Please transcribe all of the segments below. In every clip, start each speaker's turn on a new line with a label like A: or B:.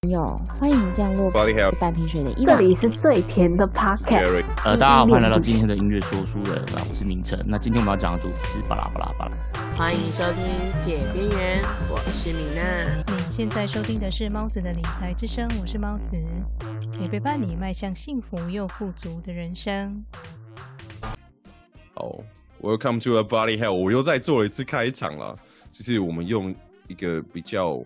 A: 朋友，欢迎降落
B: Bloody hell.
A: 半瓶水的伊
C: 这
A: 娃。
C: 里是最甜的 podcast，
B: Eric，
D: 呃，大家好，欢迎来到今天的音乐说书人啊，我是明成。那今天我们要讲的主题是巴拉巴拉巴拉。
E: 欢迎收听《解边缘》，我是米娜。
F: 你嗯现在收听的是猫子的理财之声，我是猫子，也陪伴你迈向幸福又富足的人生。
B: 哦、w e l c o m e to a Body Hell，我又再做了一次开场了，就是我们用一个比较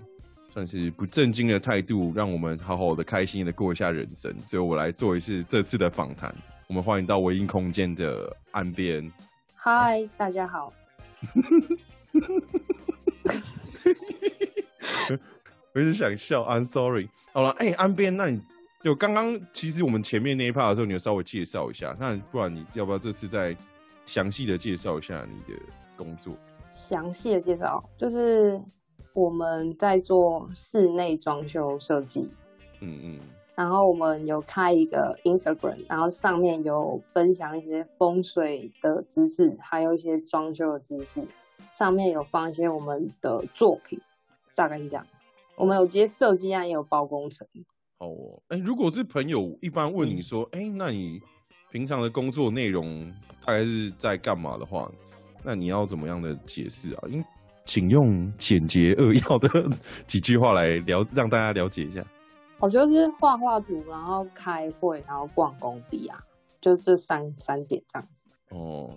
B: 算是不正经的态度，让我们好好的、开心的过一下人生，所以我来做一次这次的访谈。我们欢迎到唯音空间的岸边，
C: 嗨，大家好，
B: 我一直想笑，I'm sorry。好了，哎、岸边，那你就刚刚其实我们前面那一 part 的时候，你有稍微介绍一下，那不然你要不要这次再详细的介绍一下你的工作？
C: 详细的介绍就是我们在做室内装修设计，
B: 嗯嗯，
C: 然后我们有开一个 Instagram，然后上面有分享一些风水的知识，还有一些装修的知识，上面有放一些我们的作品，大概是这样。我们有接设计啊案，也有包工程。
B: 好哦，哎、如果是朋友，一般问你说，哎、那你平常的工作内容大概是在干嘛的话，那你要怎么样的解释啊？因请用简洁扼要的 几句话来了，让大家了解一下。
C: 我就是画画图，然后开会，然后逛工地啊，就这三三点这样子，
B: 哦，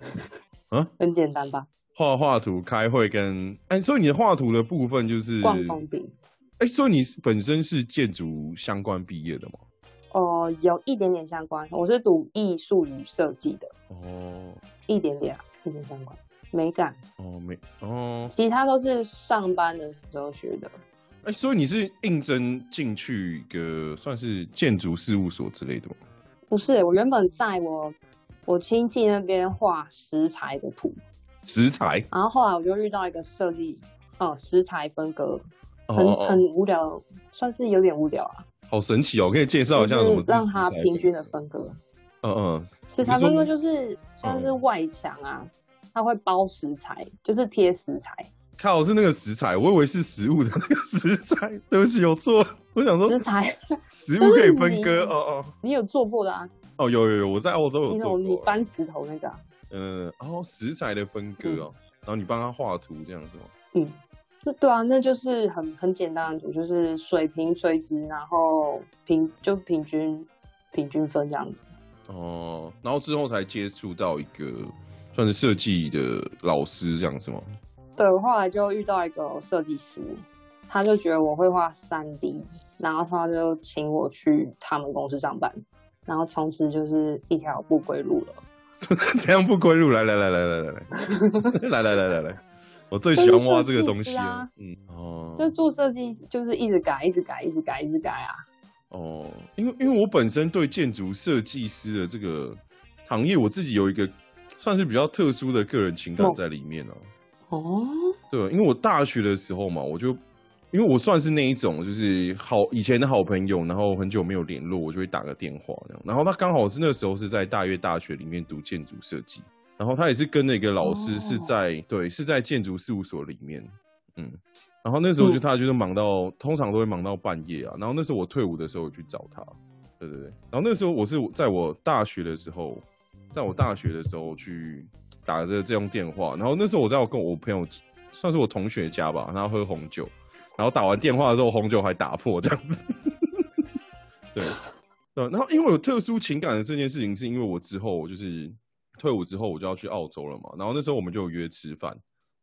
C: 很简单吧？
B: 画画图、开会跟哎、所以你的画图的部分就是，
C: 逛工地。
B: 哎、所以你是本身是建筑相关毕业的吗？
C: 哦、有一点点相关。我是读艺术与设计的，
B: 哦
C: 一点点啊，一点相关，美感。
B: 哦没哦，
C: 其他都是上班的时候学的。
B: 哎、所以你是应征进去一个算是建筑事务所之类的吗？
C: 不是，我原本在我我亲戚那边画石材的图，
B: 食材
C: 然后后来我就遇到一个设计，哦、石材分割，很
B: 哦
C: 很无聊，算是有点无聊啊。
B: 好神奇哦！可以介绍一下
C: 就
B: 什么
C: 是
B: 是
C: 让它
B: 食材
C: 平均的分割。
B: 嗯嗯，
C: 石材分割就
B: 你
C: 是像是
B: 嗯
C: 外墙啊，它会包石材，就是贴石材。
B: 靠是那个食材，我以为是食物的那个食材，对不起，我错了。我想
C: 石
B: 说
C: 材，
B: 食物可以
C: 就是
B: 分
C: 你
B: 割，哦哦
C: 你有做过的啊？
B: 哦，有有有，我在澳洲有
C: 你
B: 做
C: 种你
B: 过，
C: 搬石头那个啊、
B: 嗯，哦食材的分割哦，然后你帮他画图这样是吗？
C: 嗯，那对啊，那就是很很简单的图，就是水平垂直，然后平就平均平均分这样子。
B: 哦，然后之后才接触到一个算是设计的老师这样是吗？
C: 对，我后来就遇到一个设计师，他就觉得我会画三 D，然后他就请我去他们公司上班，然后从此就是一条不归路了。
B: 怎样不归路？来来来来来来来来来来来来，我最喜欢挖这个东西了。嗯哦，
C: 就做设计就是一直改，一直改，一直改，一直改啊。
B: 哦，因为因为我本身对建筑设计师的这个行业，我自己有一个算是比较特殊的个人情感
C: 哦
B: 在里面呢、
C: 哦，
B: 对，啊因为我大学的时候嘛，我就因为我算是那一种，就是好以前的好朋友，然后很久没有联络，我就会打个电话这样。然后他刚好是那时候是在大约大学里面读建筑设计，然后他也是跟了一个老师
C: 哦
B: 是在、对是在建筑事务所里面，嗯。然后那时候就
C: 嗯
B: 他就是忙到、通常都会忙到半夜啊。然后那时候我退伍的时候我去找他，对对对。然后那时候我是在我大学的时候，在我大学的时候去打着这种电话，然后那时候我在我跟我朋友，算是我同学家吧，然后喝红酒，然后打完电话的时候红酒还打破这样子， 对，对，啊然后因为有特殊情感的这件事情，是因为我之后就是退伍之后我就要去澳洲了嘛，然后那时候我们就有约吃饭，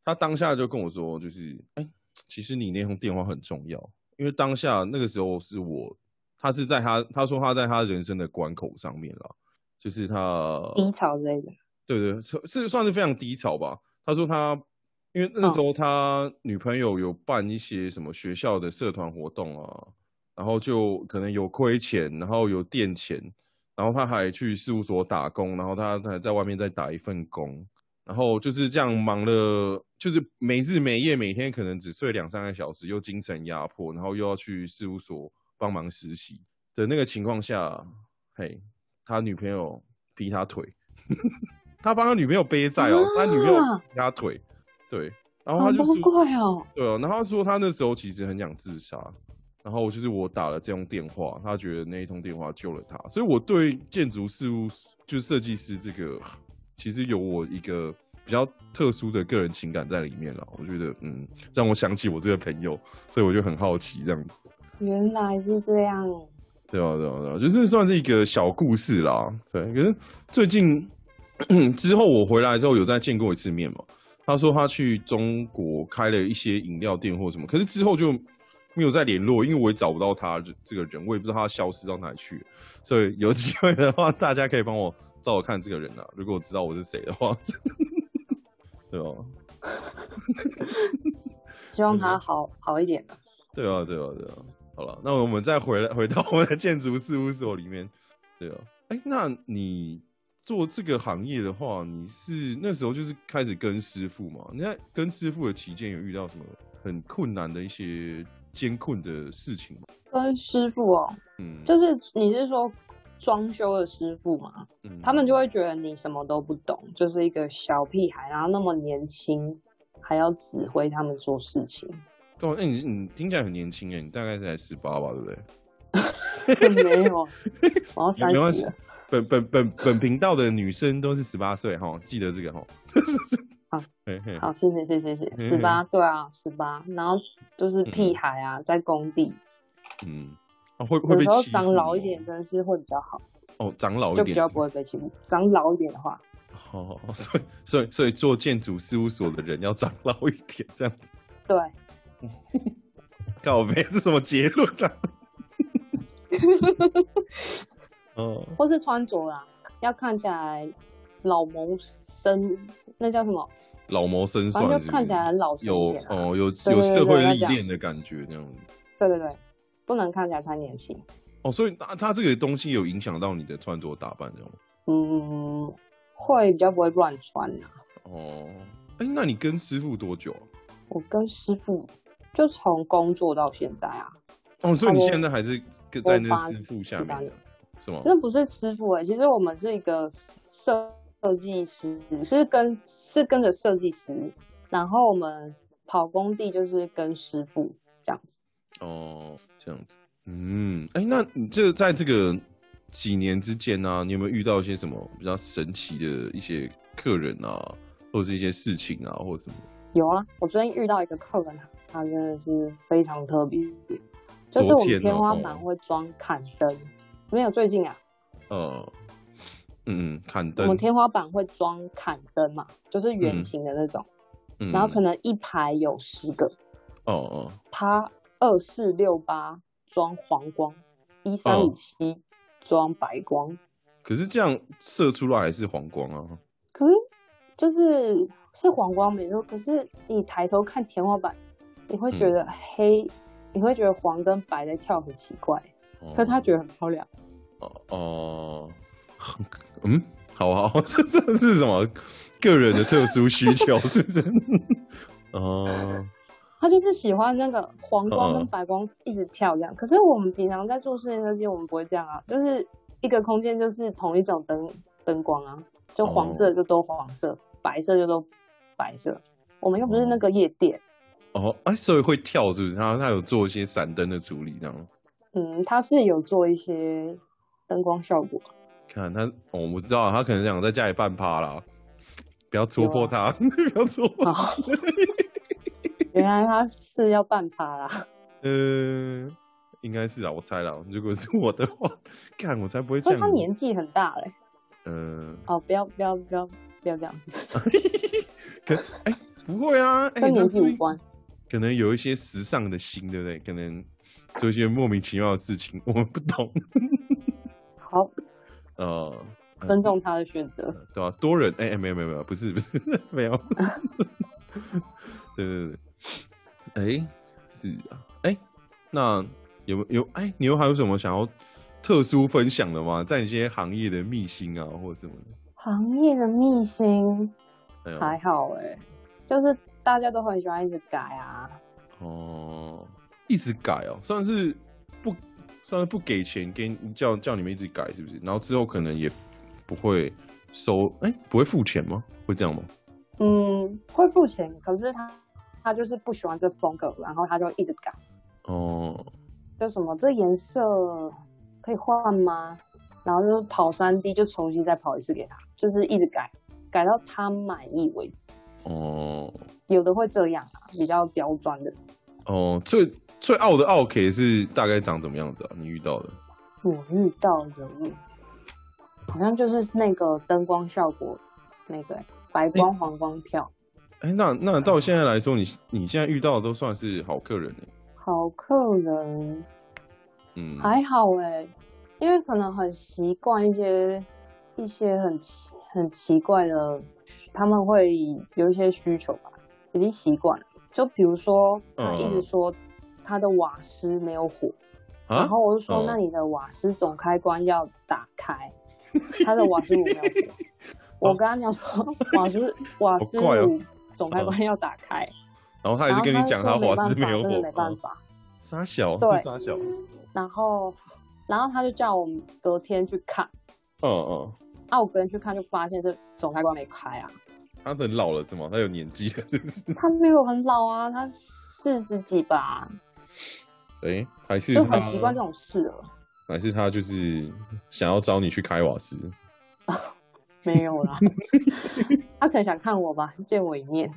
B: 他当下就跟我说，就是哎、其实你那通电话很重要，因为当下那个时候是我，他是在他他说他在他人生的关口上面了，就是他
C: 低潮之类的。
B: 对对，是是算是非常低潮吧。他说他，因为那时候他女朋友有办一些什么学校的社团活动啊，然后就可能有亏钱，然后有垫钱，然后他还去事务所打工，然后他他还在外面再打一份工，然后就是这样忙了，就是没日没夜，每天可能只睡两三个小时，又精神压迫，然后又要去事务所帮忙实习的那个情况下，嘿，他女朋友劈他腿， 他帮他女朋友背债哦，他女朋友
C: 啊
B: 劈他腿，对，然后
C: 好
B: 他就啊
C: 崩
B: 说，
C: 溃哦！
B: 对哦，然后他说他那时候其实很想自杀，然后就是我打了这通电话，他觉得那一通电话救了他，所以我对建筑事务就是设计师这个，其实有我一个比较特殊的个人情感在里面了。我觉得嗯，让我想起我这个朋友，所以我就很好奇这样子。
C: 原来是这样，
B: 对啊，对啊，对啊，就是算是一个小故事啦。对，可是最近 之后我回来之后有再见过一次面嘛。他说他去中国开了一些饮料店或什么，可是之后就没有再联络，因为我也找不到他这这个人，我也不知道他消失到哪里去。所以有机会的话，大家可以帮我找我看这个人啊。如果我知道我是谁的 话，对啊，
C: 希
B: 嗯
C: 望他好好一点。
B: 对啊，对啊，对啊。好了，那我们再回来回到我们的建筑事务所里面。对啊，哎，那你做这个行业的话，你是那时候就是开始跟师傅嘛？你在跟师傅的期间有遇到什么很困难的一些艰困的事情吗？
C: 跟师傅哦，
B: 嗯，
C: 就是你是说装修的师傅吗？
B: 嗯
C: 他们就会觉得你什么都不懂，就是一个小屁孩，然后那么年轻，还要指挥他们做事情，
B: 对啊，哎、你你听起来很年轻哎，你大概才十八吧，对不对？
C: 没有，我要三
B: 没关
C: 十
B: 系
C: 了
B: 本本本本频道的女生都是十八岁哈，记得这个哈。
C: 好
B: 嘿嘿，
C: 好，谢谢谢谢谢谢，
B: 嗯
C: 十八，对啊，十八，然后就是屁孩啊，在工地，
B: 嗯，啊会会
C: 有
B: 被
C: 时候
B: 欺
C: 长
B: 负
C: 老
B: 吗
C: 一点真的是会比较好，
B: 哦，长老一
C: 就
B: 点
C: 比
B: 是
C: 较
B: 吗
C: 不会被欺负。长老一点的话，
B: 哦，所以所以所以做建筑事务所的人要长老一点，这样子。
C: 对，
B: 告白是什么结论 啊？哦，
C: 或是穿着啦，要看起来老谋深，那叫什么？
B: 老谋深
C: 反
B: 算
C: 正
B: 是
C: 就
B: 不
C: 看起来
B: 是
C: 很老实一
B: 有
C: 点啊。
B: 哦有
C: 对
B: 有
C: 对
B: 社
C: 对
B: 会
C: 要
B: 历
C: 这样
B: 练的感觉那样子。
C: 对对对，不能看起来太年轻。
B: 哦，所以他他这个东西有影响到你的穿着打扮，这样吗？
C: 嗯，会比较不会乱穿啊。
B: 哦，哎、那你跟师傅多久啊？
C: 我跟师傅就从工作到现在啊，
B: 哦，所以你
C: 我
B: 现在还是跟
C: 我
B: 在那
C: 八
B: 师傅下
C: 十
B: 面
C: 八
B: 的，是吗？
C: 那不是师傅哎、其实我们是一个设设计师，是跟是跟着设计师，然后我们跑工地就是跟师傅这样子。
B: 哦，这样子，嗯，哎、那你这在这个几年之间呢、你有没有遇到一些什么比较神奇的一些客人啊，或者是一些事情啊，或者什么？
C: 有啊，我昨天遇到一个客人，啊他真的是非常特别，就是我
B: 昨天
C: 们
B: 哦
C: 天花板会装砍灯，没有最近啊，
B: 呃，嗯，砍
C: 我
B: 灯
C: 们，天花板会装砍灯嘛，就是圆形的那种，
B: 嗯
C: 然后可能一排有十个，
B: 哦哦，
C: 它二四六八装黄光，一三
B: 哦
C: 五七装白光，
B: 可是这样射出来还是黄光啊，
C: 可是就是是黄光没错，可是你抬头看天花板，你会
B: 嗯
C: 觉得黑，你会觉得黄跟白在跳很奇怪，
B: 哦
C: 可是他觉得很漂亮，
B: 哦哦，嗯，好啊， 这这是什么个人的特殊需求，是不是？ 哦，
C: 他就是喜欢那个黄
B: 嗯
C: 光跟白光一直跳这样。可是我们平常在做室内设计，我们不会这样啊，就是一个空间就是同一种灯灯光啊，就黄
B: 哦
C: 色就都黄色，白色就都白色。我们又不是那个夜店，
B: 哦，哎，所以会跳是不是？他他有做一些闪灯的处理，这样。
C: 嗯，它是有做一些灯光效果，
B: 看他，哦，我知道他可能想在家里半趴啦，不要戳破
C: 有啊
B: 他， 不要戳破他。
C: 原来它是要半趴啦。
B: 呃，应该是啦，我猜啦。如果是我的话，看我才不会 这
C: 所以
B: 样。
C: 他年纪很大嘞、
B: 嗯、
C: 哦，不要不要不要不要这样子，
B: 可哎、不会啊，哎、
C: 跟年
B: 他
C: 纪
B: 是不
C: 无
B: 是
C: 关。
B: 可能有一些时尚的心，对不对？可能做一些莫名其妙的事情，我们不懂。
C: 好，
B: 嗯呃，嗯
C: 尊重他的选择。
B: 对吧、多人哎、哎没有没有没有，不是不是 没有，对对对，哎、是啊，哎、那有没有有哎、你有还有什么想要特殊分享的吗？在一些行业的秘辛啊，或者什么的？
C: 行业的秘辛
B: 哎呦
C: 还好哎、就是大家都很喜欢一直改啊。
B: 哦，一直改哦，算是不算是不给钱给你叫叫你们一直改是不是？然后之后可能也不会收哎、不会付钱吗？会这样吗？
C: 嗯，会付钱，可是他他就是不喜欢这风格，然后他就一直改。
B: 哦，
C: 就什么这颜色可以换吗？然后就跑三 D，就重新再跑一次给他，就是一直改，改到他满意为止。
B: 哦
C: 有的会这样啊，比较刁钻的。
B: 哦，最最傲的傲 K 是大概长怎么样子啊？你遇到的？
C: 我遇到有，好像就是那个灯光效果，那个欸、白光黄光跳，
B: 哎、那那到现在来说，你你现在遇到的都算是好客人呢、欸
C: 好客人
B: 嗯，
C: 还好哎、因为可能很习惯一些一些很奇很奇怪的，他们会有一些需求吧，已经习惯了。就比如说，他一
B: 嗯
C: 直说他的瓦斯没有火，
B: 啊
C: 然后我就说
B: 嗯：“
C: 那你的瓦斯总开关要打 开，他的瓦斯炉没有火。”我跟他讲说：“ 瓦斯瓦斯
B: 啊怪哦
C: 炉总开关要打开。
B: 然后”他也
C: 然
B: 是
C: 后
B: 跟你讲
C: 他就
B: 瓦
C: 说
B: 斯
C: 没办法
B: 有
C: 真的
B: 火
C: 没，办
B: 嗯
C: 法。
B: 傻小，
C: 对
B: 是傻小，嗯
C: 然后，然后他就叫我们隔天去看。
B: 嗯，
C: 啊，我隔天去看就发现这总开关没开啊。
B: 他很老了是吗？他有年纪了，是不是？
C: 他没有很老啊，他四十几吧，
B: 哎、还是
C: 就
B: 他
C: 很习惯这种事了。
B: 还是他就是想要找你去开瓦斯？
C: 没有啦，他可能想看我吧，见我一面。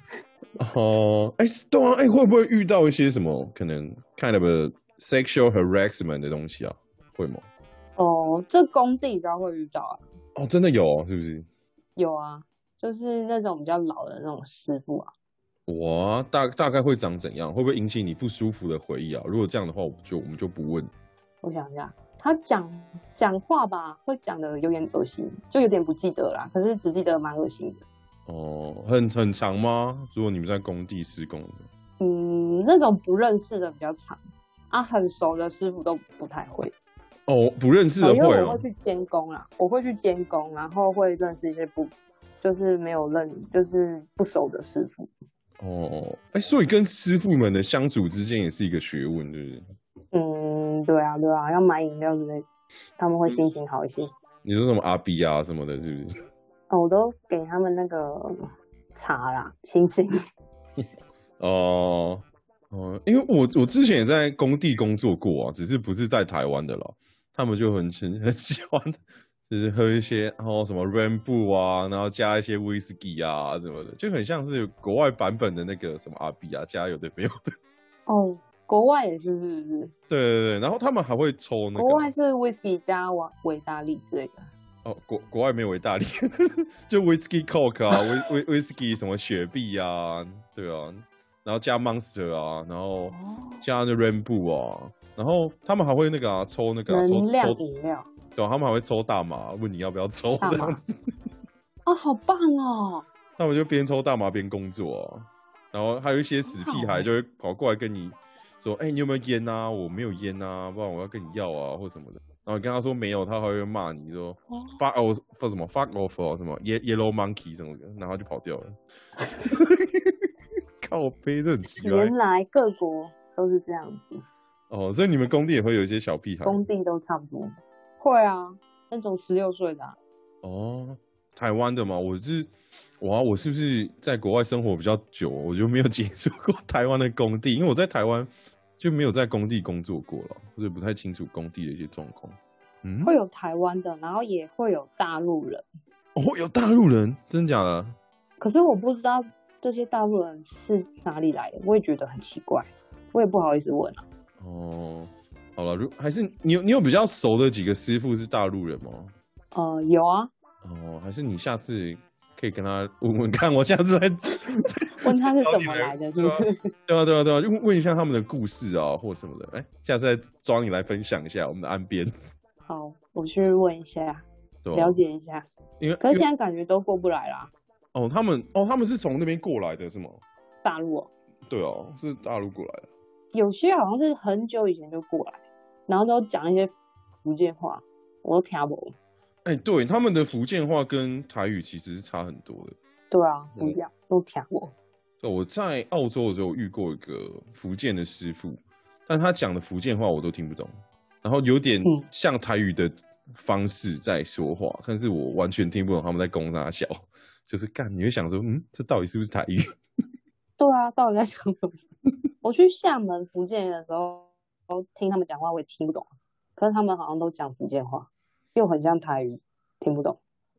B: 哦，哎、对啊，哎、会不会遇到一些什么可能 kind of a sexual harassment 的东西啊？会吗？
C: 哦，这工地比较会遇到啊。
B: 哦，真的有哦，是不是？
C: 有啊，就是那种比较老的那种师傅啊。
B: 哇，大大概会长怎样？会不会引起你不舒服的回忆啊？如果这样的话，我就我们就不问。
C: 我想一下，他讲讲话吧，会讲的有点恶心，就有点不记得啦。可是只记得蛮恶心的。
B: 哦，很很长吗？如果你们在工地施工的，
C: 嗯，那种不认识的比较长啊，很熟的师傅都不太会。
B: 哦，不认识的
C: 哦因
B: 会
C: 为我
B: 哦
C: 会，去监工啦，我会去监工，然后会认识一些不就是没有认就是不熟的师傅。
B: 哦，哎、所以跟师傅们的相处之间也是一个学问，对不对？
C: 嗯，对啊，对啊，要买饮料之类，他们会心情好一些。
B: 你说什么阿比啊什么的，是不是？
C: 哦，我都给他们那个茶啦，清醒。
B: 哦、哦，因为我我之前也在工地工作过啊，只是不是在台湾的了。他们就很很很喜 欢，就是喝一些然后什么 Rainbow 啊，然后加一些 Whisky 啊什么的，就很像是国外版本的那个什么阿比啊，加有的没有的。
C: 哦， 国外也是是不是？
B: 对对对，然后他们还会抽那个
C: 国外是 whisky 加瓦维达利之类的。
B: 哦，国国外没有维大利， 就 Whisky Coke 啊，威威 Whisky 什么雪碧啊，对啊，然后加 Monster 啊，然后
C: 哦
B: 加那 Rainbow 啊，然后他们还会那个啊，抽那个、啊、抽
C: 能量
B: 抽，
C: 饮料
B: 对、啊，他们还会抽大麻，问你要不要抽
C: 大
B: 这
C: 麻
B: 样子，
C: 哦，好棒哦！
B: 他们就边抽大麻边工作、啊，然后还有一些死屁孩就会跑过来跟你说，哎、你有没有烟啊？我没有烟啊，不然我要跟你要啊，或什么的。然后你跟他说没有，他还会骂你说 fuck off 说什么 fuck off 哦什么 ye- yellow monkey 什么的，然后他就跑掉了。 靠背这很奇怪
C: 原来各国都是这样子，
B: 哦，所以你们工地也会有一些小屁孩
C: 工地都差不多。会啊，那种十六岁的啊、
B: 哦，台湾的嘛，我是哇，我是不是在国外生活比较久，我就没有接触过台湾的工地，因为我在台湾就没有在工地工作过了，所以不太清楚工地的一些状况。嗯，
C: 会有台湾的，然后也会有大陆人。
B: 哦，有大陆人，真假的？
C: 可是我不知道这些大陆人是哪里来的，我也觉得很奇怪，我也不好意思问啊。
B: 哦，好了，如还是你有你有比较熟的几个师傅是大陆人吗？
C: 呃，有啊，
B: 哦，还是你下次可以跟他问问看，我下次再
C: 问他是怎么来的，是不是？
B: 对啊，对啊，对啊，就问一下他们的故事啊，或什么的。哎，下次再抓你来分享一下我们的岸边，
C: 好，我去问一下，
B: 对吧、
C: 了解一下。
B: 因为
C: 可
B: 因
C: 是现
B: 为
C: 在感觉都过不来啦，
B: 哦，他们哦，他们是从那边过来的，是吗？
C: 大陆、哦、
B: 对哦，是大陆过来的。
C: 有些好像是很久以前就过来，然后都讲一些福建话，我都听不懂。
B: 哎，对，他们的福建话跟台语其实是差很多的。
C: 对啊，不
B: 嗯
C: 一样，都听不懂。
B: 对我在澳洲的时候遇过一个福建的师傅，但他讲的福建话我都听不懂，然后有点
C: 嗯
B: 像台语的方式在说话，但是我完全听不懂他们在攻他笑， 就是干，你会想说，嗯，这到底是不是台语？
C: 对啊，到底在讲什么？我去厦门、福建的时候，后听他们讲话我也听不懂，可是他们好像都讲福建话，又很像台语，听不懂。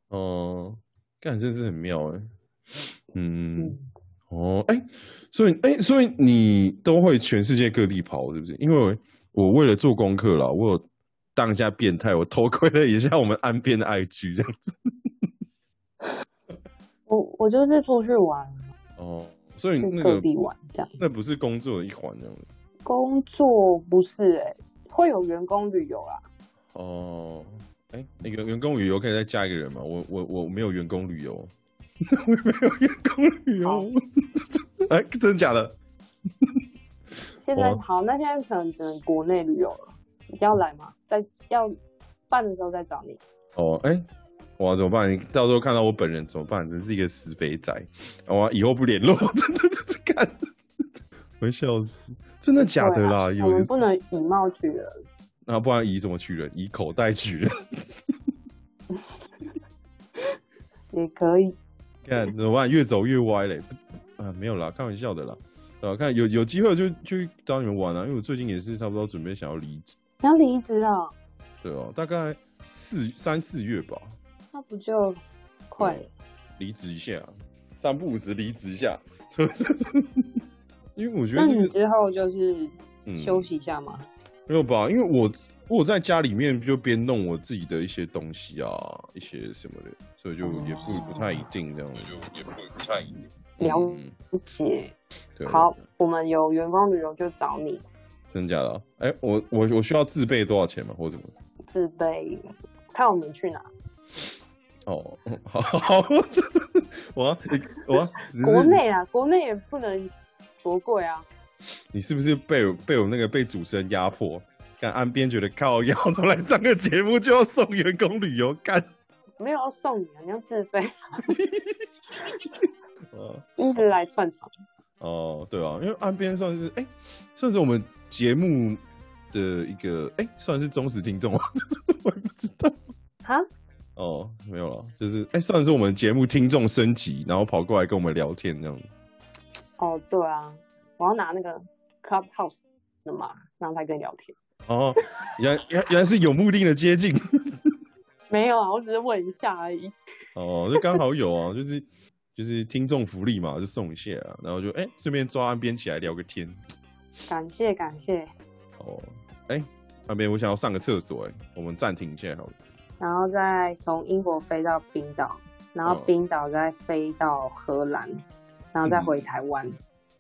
B: 哦，干，真是很妙哎、嗯，
C: 嗯，
B: 哦，哎、所以，哎、所以你都会全世界各地跑，是不是？因为我我为了做功课啦，我有当一下变态，我偷窥了一下我们岸边的 IG 这样子。
C: 我我就是出去玩，
B: 哦，所以
C: 去
B: 那
C: 各
B: 个
C: 地玩这样。
B: 那不是工作的一环这样子。
C: 工作不是哎、会有员工旅游啦，
B: 哦，哎、那个员工旅游可以再加一个人吗？我我我没有员工旅游， 我没有员工旅
C: 好
B: 游。 哎、真假的？
C: 现在
B: 哦
C: 好，那现在可能只能国内旅游了。你要来吗？在要办的时候再找你。
B: 哦，哎、哇，怎么办？你到时候看到我本人怎么办？真是一个死肥宅，哇，以后不联络， 真的真的干，我会笑死，真的假的
C: 对啊
B: 啦？有
C: 我们
B: 人
C: 不能以貌取人，
B: 那不然以什么取人？以口袋取人，
C: 也可以。
B: 看怎么办？越走越歪嘞。啊，没有啦，开玩笑的啦。啊，看有有机会就去找你们玩啊，因为我最近也是差不多准备想要离职，
C: 你要离职啊？
B: 对哦，大概四三四月吧，
C: 那不就
B: 嗯
C: 快了？
B: 离职一下，三不五时离职一下， 因为我觉得
C: 那
B: 这
C: 你
B: 个
C: 之后就是
B: 嗯
C: 休息一下嘛。
B: 没有吧？因为我我在家里面就边弄我自己的一些东西啊，一些什么的，所以就也不、不太一定这样，哦就也不不太一定。
C: 了
B: 嗯
C: 解。
B: 对，
C: 好，我们有员工旅游就找你，
B: 真假的？哎、我我我需要自备多少钱吗？或者怎么？
C: 自备。看我们去哪？
B: 哦， 嗯好，好，这这 我要我要只是
C: 国内啊，国内也不能多贵啊。
B: 你是不是被我被我那个被主持人压迫？干岸边觉得靠腰，从来上个节目就要送员工旅游干，
C: 没有要送你啊，你要自费，
B: 呃
C: 一直来串场。
B: 哦，对啊，因为岸边算是哎、算是我们节目的一个哎、算是忠实听众啊， 这我也不知道。
C: 哈，
B: 哦，没有了，就是哎、算是我们节目听众升级，然后跑过来跟我们聊天这样。
C: 哦，对啊，我要拿那个 Clubhouse 的嘛，然后他跟你聊天。
B: 哦，原原原来 是有目的的接近。
C: 没有啊，我只是问一下而已。
B: 哦，就刚好有啊，就是就是听众福利嘛，就送一下啊，然后就哎顺、便抓岸边起来聊个天。
C: 感谢感谢，
B: 哦，哎、岸边我想要上个厕所、哎，我们暂停一下好了。
C: 然后再从英国飞到冰岛，然后
B: 嗯
C: 冰岛再飞到荷兰，然后再回台湾。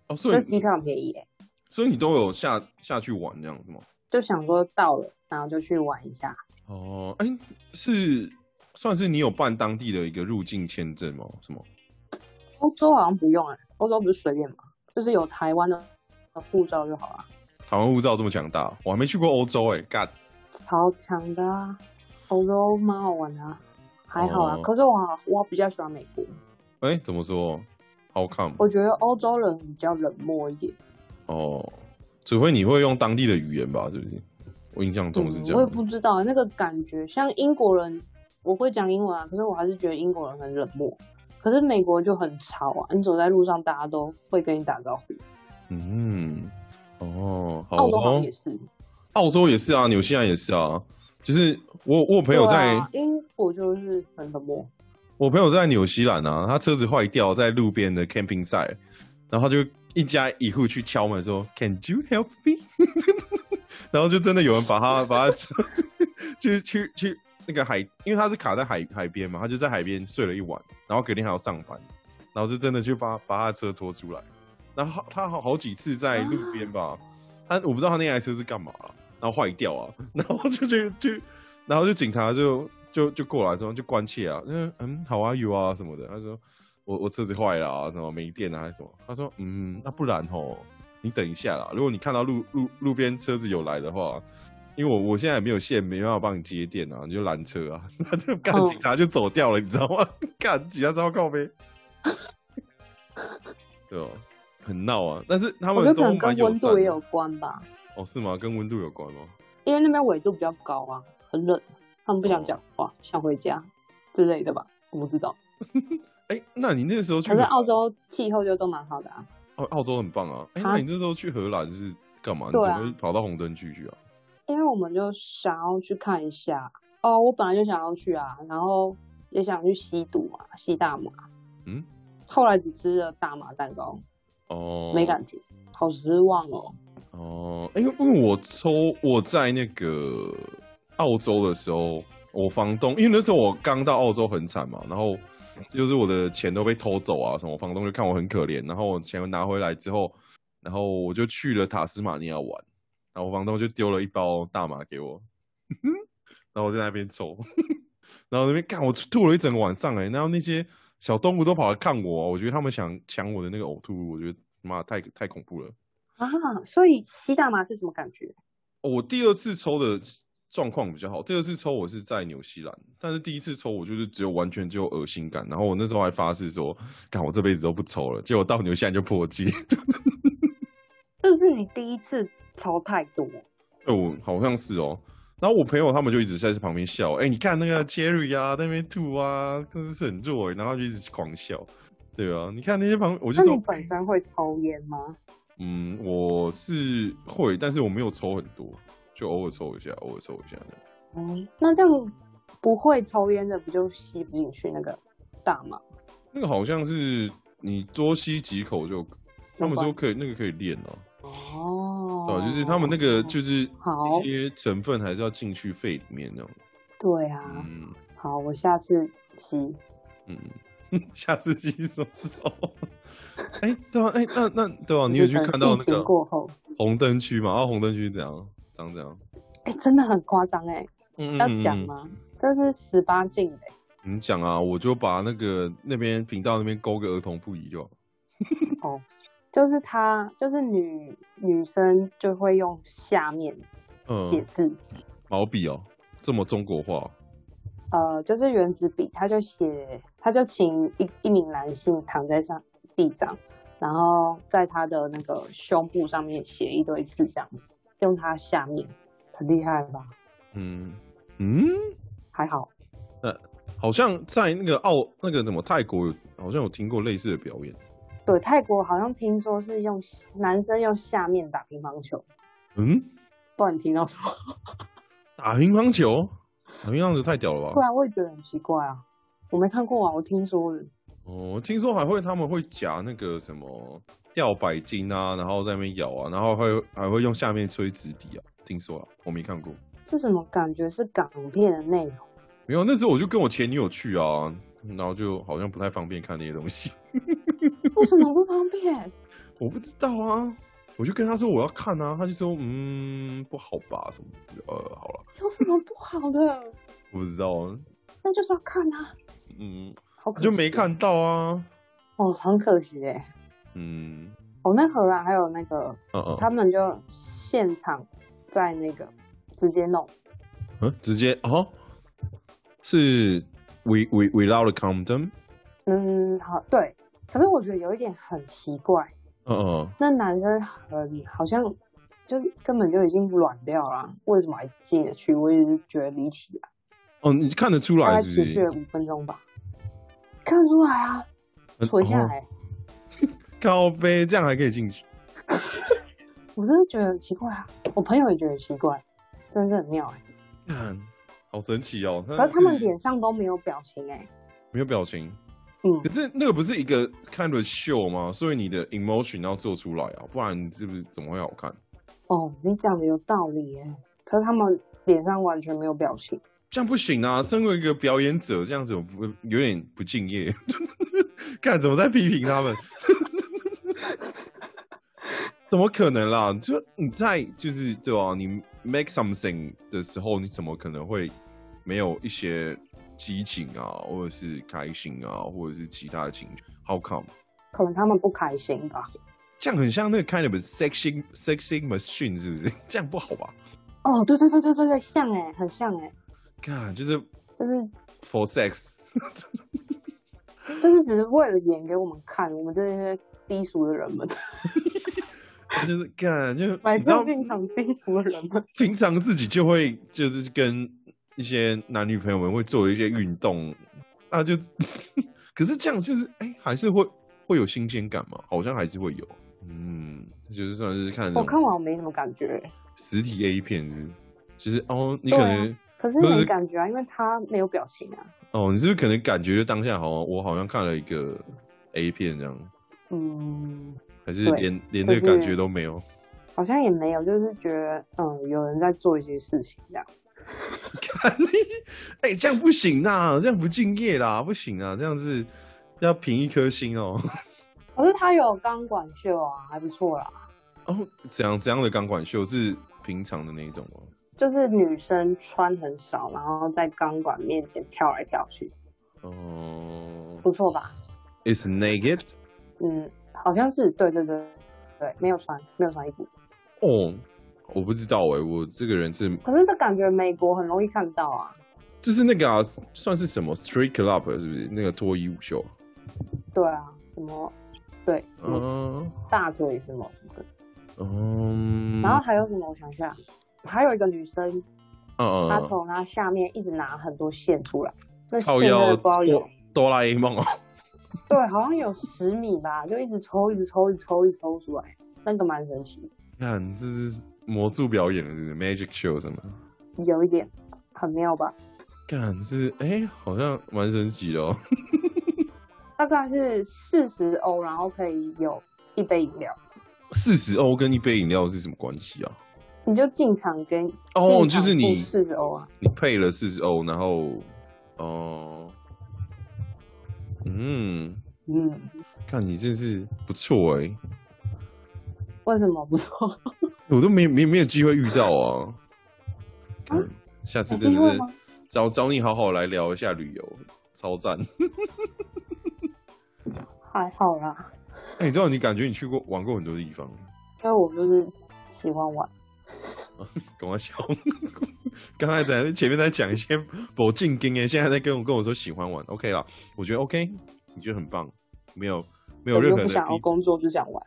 B: 哦，所
C: 这
B: 以
C: 机票很便宜、欸，
B: 所以你都有下下去玩这样子吗？
C: 就想说到了，然后就去玩一下。
B: 哦，哎、是算是你有办当地的一个入境签证吗？什么？
C: 欧洲好像不用哎、欧洲不是随便嘛，就是有台湾的护照就好了，
B: 台湾护照这么强大，我还没去过欧洲哎、干
C: 超强的啊！欧洲蛮好玩的、啊，还好啊。
B: 哦
C: 可是我好我比较喜欢美国。
B: 哎、怎么说？How come？
C: 我觉得欧洲人比较冷漠一点，
B: 哦，只会你会用当地的语言吧？是不是？我印象中是这
C: 嗯我
B: 样。
C: 也不知道欸那个感觉。像英国人，我会讲英文啊，可是我还是觉得英国人很冷漠。可是美国就很吵啊，你走在路上，大家都会跟你打招呼。
B: 嗯，哦，好
C: 澳洲好
B: 哦
C: 像也，是，
B: 澳洲也是啊，纽西兰也是啊，就是我我有朋友
C: 对
B: 在、
C: 啊、英国就是很冷漠。
B: 我朋友在纽西兰啊，他车子坏掉在路边的 camping site，然后他就一家一户去敲门说 Can you help me？然后就真的有人把他 把他车去去去那个海，因为他是卡在海海边嘛，他就在海边睡了一晚，然后隔天还要上班，然后就真的去把把他的车拖出来，然后他他好好几次在路边吧，他我不知道他那台车是干嘛啊、然后坏掉啊， 然后就去去，然后就警察就就就过来之后就关切啊，嗯嗯好啊有啊什么的，他说我我车子坏了啊，什么没电啊还是什么，他说嗯那不然吼你等一下啦，如果你看到路路路边车子有来的话。因为我我现在也没有线，没办法帮你接电啊，你就拦车啊， 他就干
C: 哦
B: 警察就走掉了，你知道吗？ 干警察超靠呗， 对哦，很闹啊，但是他
C: 我
B: 们
C: 觉得
B: 都
C: 可能
B: 蛮
C: 跟
B: 友
C: 温
B: 善
C: 度
B: 的
C: 也有关吧，
B: 哦，是吗？跟温度有关吗？
C: 因为那边纬度比较高啊，很冷，他们不想
B: 哦
C: 讲话，想回家之类的吧，我不知道。
B: 哎、那你那时候去哦
C: 可是澳洲气候就都蛮好的啊。
B: 澳澳洲很棒啊！哎、
C: 啊
B: 那你那时候去荷兰是干嘛？你
C: 对
B: 怎
C: 啊
B: 么会跑到红灯区去啊？
C: 因为我们就想要去看一下哦，我本来就想要去啊，然后也想去吸毒嘛，吸大麻，
B: 嗯，
C: 后来只吃了大麻蛋糕，
B: 哦，
C: 没感觉，好失望哦。
B: 哦，因为因为我抽我在那个澳洲的时候，我房东因为那时候我刚到澳洲很惨嘛，然后就是我的钱都被偷走啊什么，我房东就看我很可怜，然后我钱拿回来之后，然后我就去了塔斯马尼亚玩，然后我房东就丢了一包大麻给我， 然后我在那边抽， 然后那边干我吐了一整个晚上哎、然后那些小动物都跑来看我啊、我觉得他们想抢我的那个呕吐物，我觉得妈太太恐怖了。
C: 啊，所以吸大麻是什么感觉？
B: 哦我第二次抽的状况比较好，第二次抽我是在纽西兰，但是第一次抽我就是只有完全只有恶心感，然后我那时候还发誓说，干我这辈子都不抽了，结果到纽西兰就破戒，
C: 这是你第一次抽太多，
B: 对我好像是哦。然后我朋友他们就一直在旁边笑，哎、你看那个 Jerry 啊，在那边吐啊，真的是很弱欸，然后就一直狂笑，对啊，你看那些旁，我就
C: 那
B: 说
C: 你，本身会抽烟吗？
B: 嗯，我是会，但是我没有抽很多，就偶尔抽一下，偶尔抽一下这样。
C: 嗯，那这样不会抽烟的不就吸不进去那个大麻？
B: 那个好像是你多吸几口就，他们说可以，那个可以练哦、
C: 哦，
B: 对啊、就是他们那个就是
C: 好
B: 一些成分还是要进去肺里面这样。
C: 对啊，
B: 嗯
C: 好，我下次吸。
B: 嗯， 下次吸什么时候？哎、对啊，哎、那那对啊，你有去
C: 就是
B: 看到
C: 疫
B: 那
C: 情
B: 个
C: 过后，
B: 红灯区嘛？啊，红灯区怎样？长怎样？
C: 哎、真的很夸张哎，
B: 嗯
C: 要讲？
B: 嗯嗯
C: 吗？这是十八禁的、
B: 嗯你讲啊，我就把那个那边频道那边勾个儿童不宜就好。
C: 就是他就是女女生就会用下面写
B: 嗯，
C: 字，
B: 毛笔哦，这么中国话
C: 呃，就是原子笔，他就写，他就请一一名男性躺在上地上，然后在他的那个胸部上面写一堆字，这样子，用他下面，很厉害吧？
B: 哦，嗯嗯。
C: 还好，
B: 好像在那个澳那个什么泰国有，好像有听过类似的表演。
C: 对，泰国好像听说是用男生用下面打乒乓球，
B: 嗯，
C: 不然你听到什么？
B: 打乒乓球，打乒乓球太屌了吧？
C: 对啊，我也觉得很奇怪啊，我没看过啊，我听说的。
B: 哦，听说还会他们会夹那个什么吊百斤啊，然后在那边咬啊，然后还会还会用下面吹直笛啊。听说啊，我没看过。
C: 这怎么感觉是港片的内容？
B: 没有，那时候我就跟我前女友去啊，然后就好像不太方便看那些东西。
C: 为什么不方便？
B: 我不知道啊，我就跟她说我要看啊，她就说嗯不好吧什么的，呃好了，
C: 有什么不好的？
B: 我不知道啊，
C: 那就是要看啊，
B: 嗯
C: 好可惜
B: 就没看到啊，
C: 哦，很可惜哎。
B: 嗯。
C: 哦，那荷兰还有那个，
B: 嗯嗯，
C: 他们就现场在那个直接弄，
B: 嗯直接哦，是 we we without a condom，
C: 嗯，好，对。可是我觉得有一点很奇怪，
B: 嗯嗯，
C: 那男生很好像就根本就已经软掉了啊，为什么还进得去？我也是觉得离奇啊。
B: 哦，你看得出
C: 大
B: 来
C: 概
B: 是
C: 持
B: 不
C: 续
B: 是
C: 了？五分钟吧，看得出来啊，
B: 嗯
C: 垂下
B: 哦
C: 来。
B: 靠背，这样还可以进去？
C: 我真的觉得很奇怪啊，我朋友也觉得很奇怪，真的是很妙哎、
B: 看，好神奇哦！
C: 可是他们
B: 是
C: 脸上都没有表情哎、
B: 没有表情，
C: 嗯
B: 可，是那个不是一个 kind of show 吗？所以你的 emotion 要做出来啊，不然你是不是怎么会好看？
C: 哦，你讲的有道理哎、可是他们脸上完全没有表情，
B: 这样不行啊！身为一个表演者，这样子我不有点不敬业， 看怎么在批评他们？ 怎么可能啦？就你在就是对啊，你 make something 的时候，你怎么可能会没有一些激情啊，或者是开心啊，或者是其他的情绪？How come？
C: 可能他们不开心吧。
B: 这样很像那个 kind of a sexy sexy machine，是不是？这样不好吧？
C: 哦，对对对对对对，像哎、很像哎、
B: 看，就是
C: 就是
B: for sex，
C: 就是只是为了演给我们看，我们这些低俗的人们，
B: 就是看，就
C: 买
B: 你知道
C: 票进场低俗的人们，
B: 平常自己就会就是跟一些男女朋友们会做一些运动，那 就可是这样就是哎、还是会会有新鲜感嘛？好像还是会有，嗯，就是算是看那种
C: 我看完我没什么感觉，欸
B: 实体 A 片是不是，其实哦，你
C: 对
B: 可
C: 啊
B: 能、
C: 可是
B: 不是
C: 没感觉啊，因为他没有表情啊。
B: 哦，你是不是可能感觉当下好像我好像看了一个 A 片这样，
C: 嗯，
B: 还是
C: 对
B: 连连
C: 就
B: 那个感
C: 是
B: 觉都没有？
C: 好像也没有，就是觉得嗯，有人在做一些事情这样。
B: 看你，哎、这样不行啦，这样不敬业啦，不行啊，这样子要评一颗星哦。
C: 可是他有钢管秀啊，还不错啦。
B: 哦，怎样怎样的钢管秀是平常的那一种吗？
C: 就是女生穿很少，然后在钢管面前跳来跳去，
B: 哦、
C: 不错吧？
B: i t s naked。
C: 嗯，好像是，对对对对，没有穿，没有穿衣服。
B: 哦，我不知道哎、我这个人是
C: 可是这感觉美国很容易看到啊。
B: 就是那个啊，算是什么 street club 是不是？那个脱衣舞秀。
C: 对啊，什么，对，什么
B: 嗯
C: 大腿什么什么的。
B: 嗯，
C: 然后还有什么？我想一下，还有一个女生，
B: 嗯
C: 她
B: 嗯，
C: 从她下面一直拿很多线出来，那线
B: 靠
C: 真
B: 腰
C: 的不知道有
B: 哆，哆啦 A 梦哦。
C: 对，好像有十米吧，就一直抽，一直抽，一直抽，一直抽出来，那个蛮神奇
B: 看这是魔术表演了，是不是 magic show 什么的？
C: 的，有一点很妙吧。
B: 干是哎、好像蛮神奇的哦。
C: 大概是四十欧，然后可以有一杯饮料，
B: 四十欧跟一杯饮料是什么关系啊？
C: 你就进场跟
B: 哦，就是你
C: 四十欧啊，
B: 你配了四十欧，然后哦、嗯，
C: 嗯，
B: 看你真是不错哎、
C: 为什么不错？
B: 我都没没没有机会遇到啊。看下次
C: 啊有
B: 真
C: 机
B: 的
C: 会
B: 是
C: 吗？
B: 找找你好好来聊一下旅游，超赞。
C: 还好啦，
B: 哎、你知道你感觉你去过玩过很多地方，
C: 因为我就是喜欢玩，
B: 跟我笑。刚才在前面在讲一些不进经哎，现在在跟我跟我说喜欢玩，OK 啦，我觉得 OK，你觉得很棒，没有没有
C: 我
B: 任
C: 就
B: 何
C: 不
B: 的
C: 想要
B: 批。
C: 工作，就想 玩。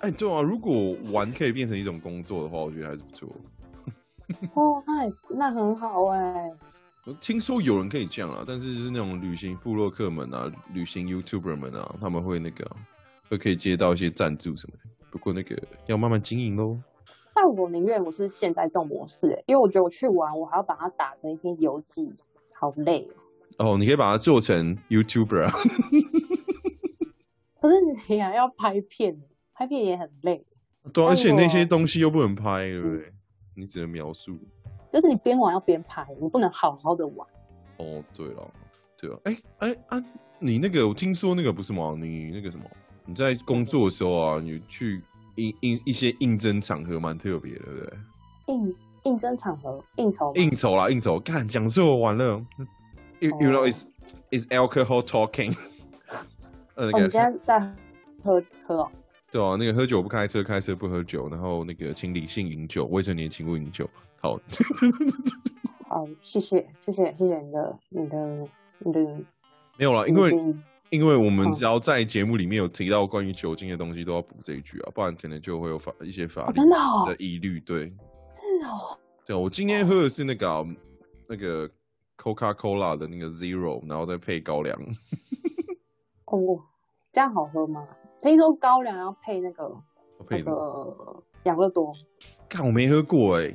B: 哎，对啊，如果玩可以变成一种工作的话，我觉得还是不错。
C: 哦，那也那很好哎、
B: 我听说有人可以这样啊，但是就是那种旅行部落客们啊、旅行 YouTuber 们啊，他们会那个啊、会可以接到一些赞助什么的。不过那个要慢慢经营喽。
C: 但我宁愿我是现在这种模式、欸，因为我觉得我去玩，我还要把它打成一篇游记，好累哦、
B: 哦，你可以把它做成 YouTuber 啊。
C: 可是你还要拍片，拍片也很累，
B: 对啊、
C: 哎
B: 而且那
C: 呦
B: 些东西又不能拍，对不对？你只能描述。
C: 就是你边玩要边拍，你不能好好的玩。
B: 哦，对了，对啊，哎哎啊，你那个我听说那个不是吗？你那个什么，你在工作的时候啊，你去应应一些应征场合蛮特别的，对不对？
C: 应应征场合应酬吗
B: 应酬啦，应酬，看讲错完了。You you know
C: 哦
B: is is alcohol talking 呃。
C: 哦，
B: 那
C: 你现
B: 个
C: 在在喝喝哦，
B: 对啊，那个喝酒不开车，开车不喝酒，然后那个请理性饮酒，未成年请勿饮酒。好，
C: 好，谢谢谢谢谢谢你的你的你的，
B: 没有啦，因为
C: 嗯
B: 因为我们
C: 好
B: 只要在节目里面有提到关于酒精的东西，都要补这一句啊，不然可能就会有法一些法
C: 哦
B: 律
C: 真的哦
B: 的疑虑。啊对，
C: 真的哦，
B: 对啊，我今天喝的是那个啊、那个 Coca Cola 的那个 Zero，然后再配高粱。
C: 哦，这样好喝吗？听说高粱要配那个
B: 配的，
C: 那个养乐多，
B: 看我没喝过哎、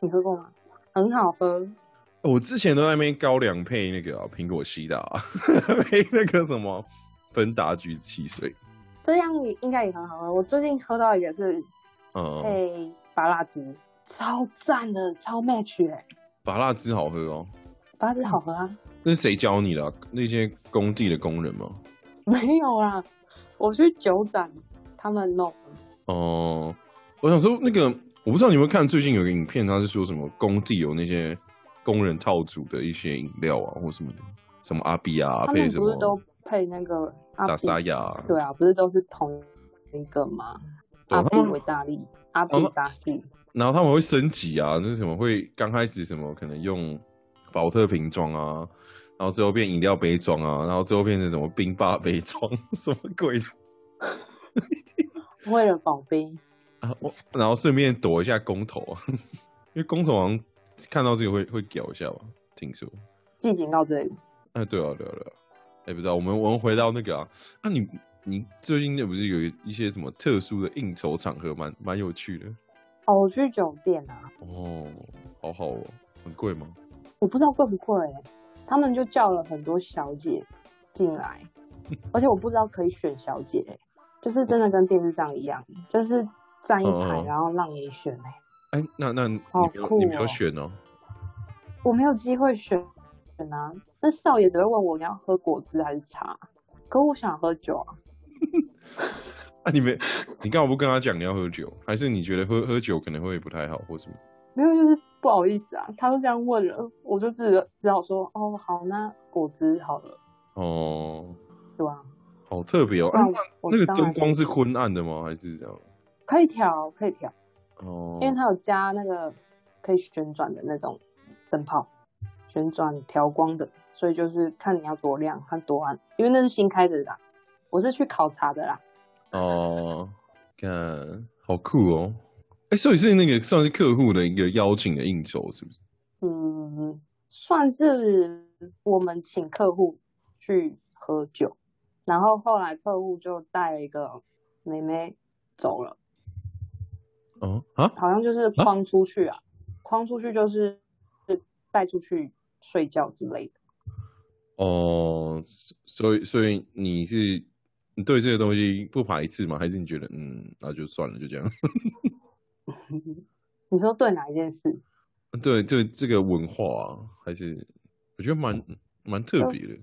C: 你喝过吗？很好喝，
B: 我之前都在那边高粱配那个啊苹、果西打、啊， 配那个什么芬达橘汽水，
C: 这样也应该也很好喝。我最近喝到一个是
B: 嗯，
C: 配法拉汁，超赞的，超 match 哎、
B: 拔辣汁好喝哦。
C: 法拉汁好喝啊。
B: 那是谁教你的啊、那些工地的工人吗？
C: 没有啦，我去酒展他们弄，
B: 哦、我想说那个，我不知道你有没有看最近有个影片，他是说什么工地有那些工人套组的一些饮料啊，或什么的，什么阿比啊，
C: 他
B: 配
C: 们
B: 什
C: 不是都
B: 么
C: 配那个阿
B: 达
C: 比
B: 沙亚啊，
C: 对啊，不是都是同一个吗？
B: 对
C: 阿
B: 他
C: 比
B: 们
C: 维大利，阿
B: 他
C: 比
B: 们
C: 沙士，
B: 然后他们会升级啊，就是什么会刚开始什么可能用保特瓶装啊，然后之后变饮料杯装啊，然后之后变成什么冰霸杯装， 什么鬼的
C: 为了保冰，
B: 啊？我然后顺便躲一下工头啊， 因为工头好像看到这个会会屌一下吧，听说。
C: 寄警到这里。
B: 哦哎，对啊，对啊，对啊。哎，不知道，我们我们回到那个啊，那、你你最近那不是有一一些什么特殊的应酬场合，蛮蛮有趣的
C: 哦，我去酒店啊，
B: 哦，好好哦，很贵吗？
C: 我不知道贵不贵、他们就叫了很多小姐进 来，而且我不知道可以选小姐、欸就是真的跟电视上一样，就是站一排
B: 嗯嗯嗯
C: 然后让你选、欸，
B: 哎，那那你
C: 好
B: 没有、你没
C: 酷哦
B: 有选哦，
C: 我没有机会选选啊。那少爷只会问我你要喝果汁还是茶，可我想喝酒啊。
B: 啊，你没， 你干嘛不跟他讲你要喝酒？还是你觉得喝喝酒可能会不太好，或什么？
C: 没有，就是不好意思啊，他都这样问了，我就只只好说哦，好，那果汁好了，
B: 哦，
C: 对吧、啊？
B: 好特别哦。
C: 不然
B: 哎
C: 我
B: 那个
C: 当然
B: 灯光是昏暗的吗？还是这样？
C: 可以调，可以调，
B: 哦，
C: 因为它有加那个可以旋转的那种灯泡，旋转调光的，所以就是看你要多亮，看多暗，因为那是新开的啦，我是去考察的啦。
B: 哦，看，好酷哦！哎、所以是那个算是客户的一个邀请的应酬，是不是？
C: 嗯，算是我们请客户去喝酒，然后后来客户就带了一个妹妹走了，
B: 哦啊，
C: 好像就是框出去啊，框出去就是是带出去睡觉之类的。
B: 哦，所以所以你是你对这个东西不排斥吗？还是你觉得嗯，那就算了，就这样？
C: 你说对哪一件事？
B: 对对，这个文化啊，还是我觉得蛮蛮特别的。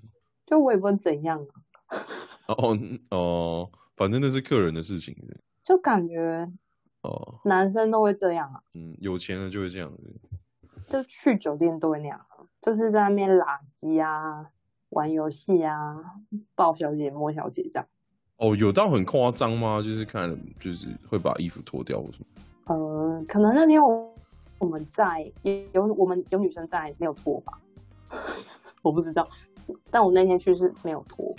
C: 就我也不知道怎样啊，
B: 哦哦，反正那是客人的事情。
C: 就感觉
B: 哦，
C: 男生都会这样啊，
B: 嗯，有钱了就会这样子。
C: 就去酒店都会那样啊、就是在那边拉鸡啊、玩游戏啊、抱小姐、摸小姐这样。
B: 哦，有到很夸张吗？就是看，就是会把衣服脱掉或什么？
C: 呃，可能那天我我们在也有我们有女生在没有脱吧， 我不知道，但我那天去是没有脱。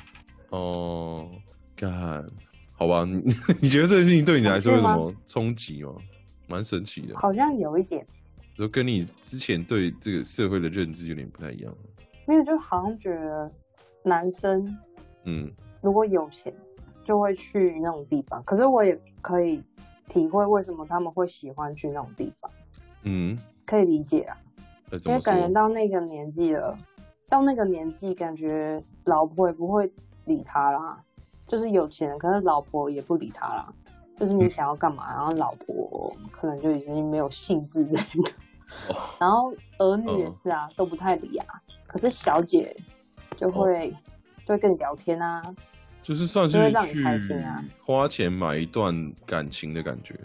B: 哦，干，好吧，你 你觉得这件事情对你来说有什
C: 好
B: 么冲击吗？蛮神奇的，
C: 好像有一点，
B: 就跟你之前对这个社会的认知有点不太一样。
C: 因为就好像觉得男生
B: 嗯，
C: 如果有钱就会去那种地方，可是我也可以体会为什么他们会喜欢去那种地方，
B: 嗯，
C: 可以理解啊，
B: 呃，怎
C: 因
B: 么
C: 为感觉
B: 说？
C: 到那个年纪了，到那个年纪感觉老婆也不会理他啦，就是有钱，可是老婆也不理他啦。就是你想要干嘛，然后老婆可能就已经没有兴致这个，
B: 哦
C: 然后儿女也
B: 嗯
C: 是啊，都不太理啊。可是小姐就
B: 哦
C: 会、就会跟你聊天啊，
B: 就是算是
C: 就会让你
B: 去
C: 开心啊
B: 花钱买一段感情的感觉。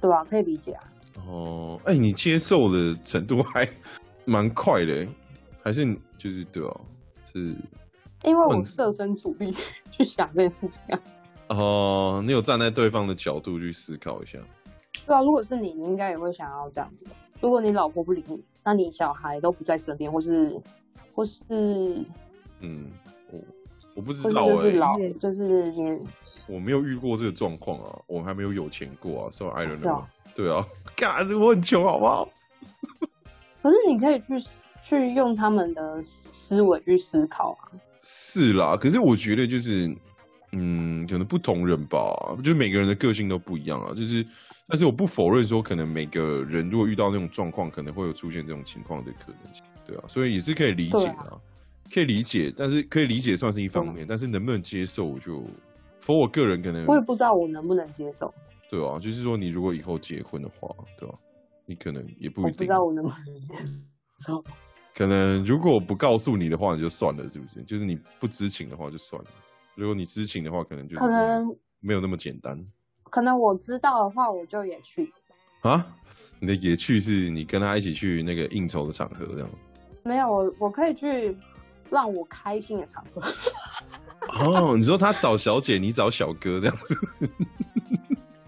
C: 对吧、可以理解啊。
B: 哦，哎、你接受的程度还蛮快的，欸还是你就是对哦，是
C: 因为
B: 嗯
C: 我设身处地 去想这件事情啊。
B: 哦，你有站在对方的角度去思考一下。
C: 对啊，如果是你，你应该也会想要这样子吧。如果你老婆不理你，那你小孩都不在身边，或是或是
B: 嗯，我我不
C: 或
B: 知
C: 是
B: 道
C: 就
B: 哎、
C: 是
B: 因
C: 老
B: 为
C: 就是你
B: 我没有遇过这个状况啊，我还没有有钱过啊，so I don't
C: 是哦
B: know。对啊，干，我很穷好不好？
C: 可是你可以去去用他们的思维去思考啊。
B: 是啦，可是我觉得就是，嗯，可能不同人吧，就是每个人的个性都不一样啊。就是，但是我不否认说，可能每个人如果遇到那种状况，可能会有出现这种情况的可能性，对啊，所以也是可以理解
C: 对
B: 的、
C: 啊嗯
B: 可以理解，但是可以理解算是一方面，但是能不能接受，我就，for 我个人可能
C: 我也不知道我能不能接受，
B: 对啊，就是说你如果以后结婚的话，对吧、你可能也不
C: 我
B: 一
C: 不知
B: 定，
C: 道我能不能接受。
B: 可能如果不告诉你的话，你就算了，是不是？就是你不知情的话就算了，如果你知情的话，可能就是
C: 可能
B: 没有那么简单
C: 可能我知道的话，我就也去。
B: 啊。你的野趣是你跟他一起去那个应酬的场合这样
C: 没有，我我可以去让我开心的场合。
B: 哦，你说他找小姐，你找小哥这样子，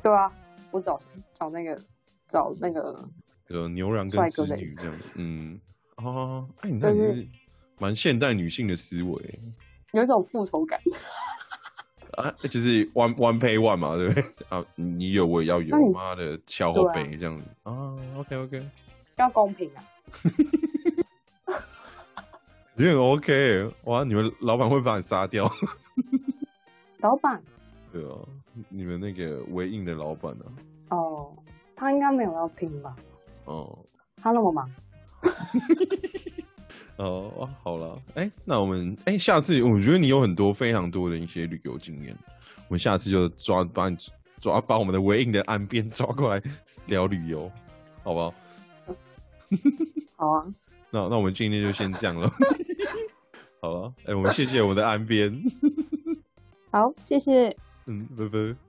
C: 对啊，我找找那个找那个
B: 呃，牛郎跟
C: 帅
B: 织
C: 哥
B: 女这样， 嗯，哦，哎，你那
C: 但
B: 你
C: 是
B: 是蛮现代女性的思维
C: 有一种复仇感。
B: 啊，就是 one one pay one 嘛，对不对？啊，你有我也要有
C: 那，你
B: 妈的敲后
C: 对啊
B: 背这样子啊，OK OK，
C: 要公平啊！
B: 你很 OK，哇，你们老板会把你杀掉，
C: 老板，
B: 对啊，你们那个维印的老板呢、
C: 哦，他应该没有要听吧？
B: 啊？哦
C: 他那么忙，
B: 哦，哇好了，哎、那我们哎、下次我觉得你有很多非常多的一些旅游经验，我们下次就抓把你抓把我们的维印的岸边抓过来聊旅游，好不好？
C: 好啊，
B: 那那我们今天就先这样了， 好了，哎、我们谢谢我们的岸边，
C: 好，谢谢。
B: 嗯，拜拜。